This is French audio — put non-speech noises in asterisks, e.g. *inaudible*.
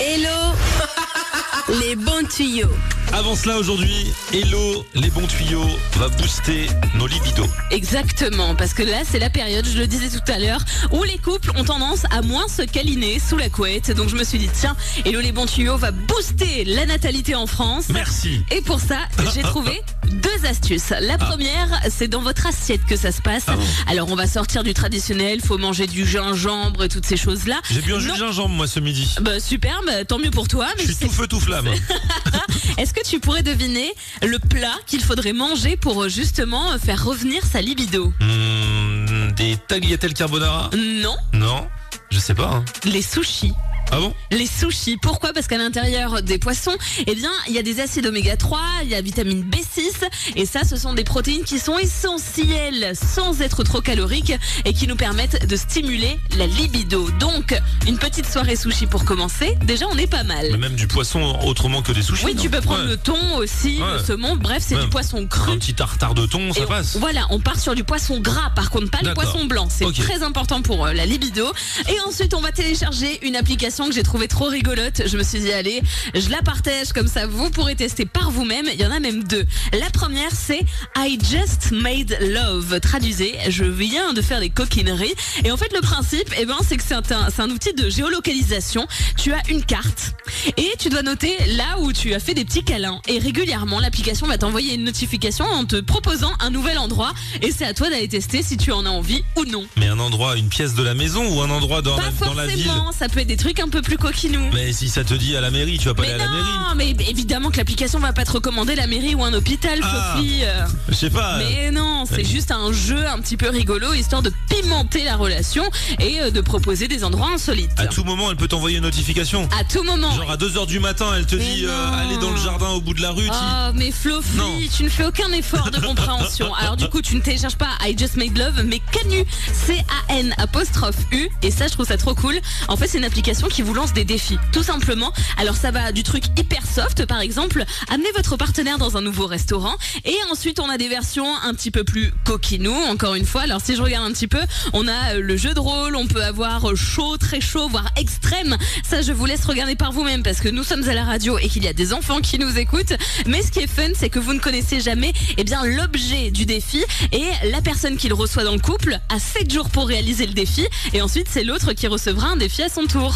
Hello *laughs* Les bons tuyaux. Avant cela, aujourd'hui, Hello, les bons tuyaux, va booster nos libidos. Exactement, parce que là, c'est la période, je le disais tout à l'heure, où les couples ont tendance à moins se câliner sous la couette. Donc je me suis dit, tiens, Hello, les bons tuyaux va booster la natalité en France. Merci. Et pour ça, j'ai trouvé deux astuces. La première, c'est dans votre assiette que ça se passe. Ah bon Alors on va sortir du traditionnel, faut manger du gingembre et toutes ces choses-là. J'ai bu un jus de Non. gingembre, moi, ce midi. Bah, superbe, tant mieux pour toi. Mais Je suis c'est- tout feu, tout flamme. Est-ce que tu pourrais deviner le plat qu'il faudrait manger pour euh, justement euh, faire revenir sa libido Hmm, des tagliatelles carbonara Non, Non, je sais pas. hein. les sushis. Ah bon Les sushis, pourquoi Parce qu'à l'intérieur des poissons, eh bien, il y a des acides oméga 3, il y a vitamine B6, et ça, ce sont des protéines qui sont essentielles, sans être trop caloriques, et qui nous permettent de stimuler la libido. Donc, une petite soirée sushi pour commencer, déjà, on est pas Mais mal. même du poisson autrement que des sushis. Oui, Bah, non tu peux prendre Ouais. le thon aussi, Ouais. le saumon, bref, c'est Ouais. du poisson cru. Un petit tartare de thon, Et ça on- passe. Voilà, on part sur du poisson gras, par contre pas le D'accord. poisson blanc. C'est Ok. très important pour euh, la libido. Et ensuite, on va télécharger une application que j'ai trouvée trop rigolote. Je me suis dit, allez, je la partage comme ça, vous pourrez tester par vous-même. Il y en a même deux. La première, c'est I just made love. Traduisez, je viens de faire des coquineries. Et en fait, le principe, eh ben, c'est que c'est un, c'est un outil de géolocalisation. Tu as une carte et tu dois noter là où tu as fait des petits câlins. Et régulièrement, l'application va t'envoyer une notification en te proposant un nouvel endroit. Et c'est à toi d'aller tester si tu en as envie ou non. Mais un endroit, une pièce de la maison ou un endroit dans, la, Pas dans la ville forcément, ça peut être des trucs un peu plus coquinous. Mais si ça te dit à la mairie, tu vas pas Mais aller à la mairie. non, mais évidemment que l'application va pas te recommander la mairie ou un hôpital, Ah. Sophie. euh. Je sais pas. Mais non, c'est oui. juste un jeu un petit peu rigolo, histoire de pimenter la relation et euh, de proposer des endroits insolites. À tout moment, elle peut t'envoyer une notification. À tout moment. Genre à 2h du matin, elle te Ah, Mais dit euh, non. allez dans le jardin au bout de la rue. tu- Oh, mais Flofi, Non. tu ne fais aucun effort de compréhension. Alors du coup, tu ne télécharges pas I Just Made Love, mais Canu, C-A-N apostrophe U, et ça, je trouve ça trop cool. En fait, c'est une application qui vous lance des défis, tout simplement. Alors ça va du truc hyper soft, par exemple, amener votre partenaire dans un nouveau restaurant, et ensuite on a des versions un petit peu plus coquinou, encore une fois. Alors si je regarde un petit peu, on a euh, le jeu de rôle, on peut avoir euh, chaud, très chaud, voire extrême. Ça, je vous laisse regarder par vous-même parce que nous sommes à la radio et qu'il y a des enfants qui nous écoutent. Mais ce qui est fun, c'est que vous ne connaissez jamais eh bien l'objet du défi et la personne qui le reçoit dans le couple a 7 jours pour réaliser le défi et ensuite c'est l'autre qui recevra un défi à son tour.